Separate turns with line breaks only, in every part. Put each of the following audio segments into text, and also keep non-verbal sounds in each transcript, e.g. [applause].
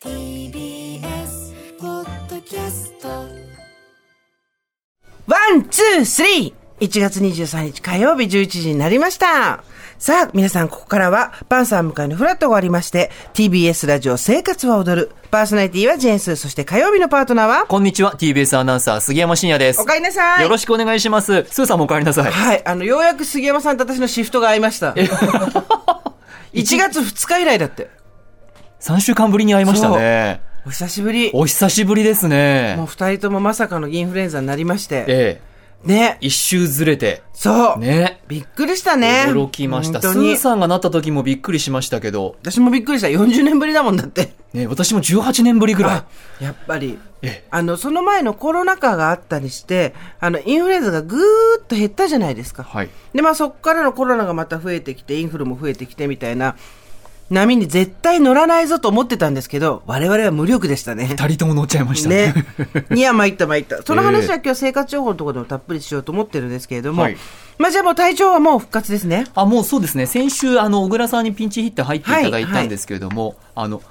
TBS ポッドキャスト
ワン、ツー、スリー !1 月23日火曜日11時になりました。さあ、皆さん、ここからは、パンサー向かいのフラットがありまして、TBS ラジオ生活は踊る。パーソナリティはジェーンスー、そして火曜日のパートナーは、
こんにちは、TBS アナウンサー、杉山真也です。
おかえりなさい。
よろしくお願いします。スーさんもお帰りなさい。
はい、あの、ようやく杉山さんと私のシフトが合いました。1月2日以来だって。
3週間ぶりに会いましたね。
お久しぶり。も
お久しぶりです
う
ね。
二人ともまさかのインフルエンザになりまして。
え
ね
え。、一周ずれて。
そう。
ね。
びっくりしたね。
驚きました。ス
本当に
ー。さんがなった時もびっくりしましたけど、
私もびっくりした。40年ぶりだもんだって。
ね、私も18年ぶりぐらい
あ。やっぱり
ええ
あのその前のコロナ禍があったりしてあのインフルエンザがぐーっと減ったじゃないですか、
はい
でまあ、そこからのコロナがまた増えてきてインフルも増えてきてみたいな波に絶対乗らないぞと思ってたんですけど我々は無力でしたね。
二人とも乗っちゃいました
ね
ね。、
いや参った参
[laughs]
ったその話は今日生活情報のところでもたっぷりしようと思ってるんですけれども、
はい
まあ、じゃあもう体調はもう復活ですね
[laughs] あ、もうそうですね。先週、あの、小倉さんにピンチヒッター入っていただい
は
た
いは
ん
い
ですけれども、あの、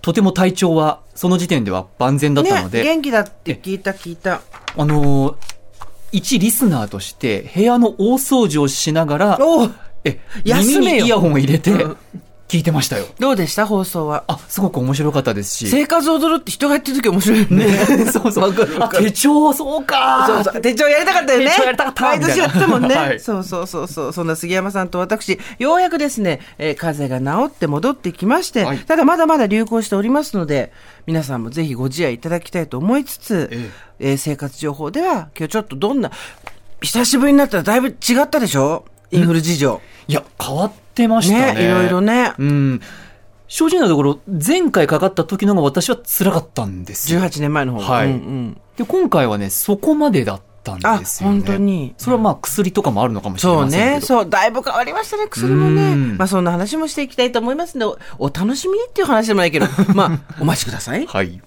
とても体調は、その時点では万全だった
ね
ので、
元気だって聞いた聞いた
あのー一リスナーとして部屋の大掃除をしながら、
おう
え、
休
耳
めよ
にイヤホンを入れて
うん
聞いてましたよ。
どうでした放送は
あ、すごく面白かったですし。
生活踊るって人がやってる時面白いよね
[laughs] そうそう。
わかるわか
あ
る
手帳、そうか
そうそう。手帳やりたかったよね。
手帳やりたかった
毎年やってたもんね。
みたいなはい
そうそうそうそう。そんな杉山さんと私、ようやくですね、えー風邪が治って戻ってきまして、
はい
ただまだまだ流行しておりますので、皆さんもぜひご自愛いただきたいと思いつつ、え
え
ー生活情報では、今日ちょっとどんな、久しぶりになったらだいぶ違ったでしょインフル事情。
いや、変わってましたね。
ね、いろいろ。ね。
うん。正直なところ、前回かかった時の方が私は辛かったんですよ。
18年前の方
はい
うんうん。
で、今回はね、そこまでだったんですよ、ね。
あ本当に
それはまあ、薬とかもあるのかもしれ
そう
ませんけ
ね。
ど。
そう。だいぶ変わりましたね、薬もね。
うん
まあ、そ [laughs] んな話もしていきたいと思いますので、おお楽しみにっていう話でもないけど、まあ、お待ちください。
はい。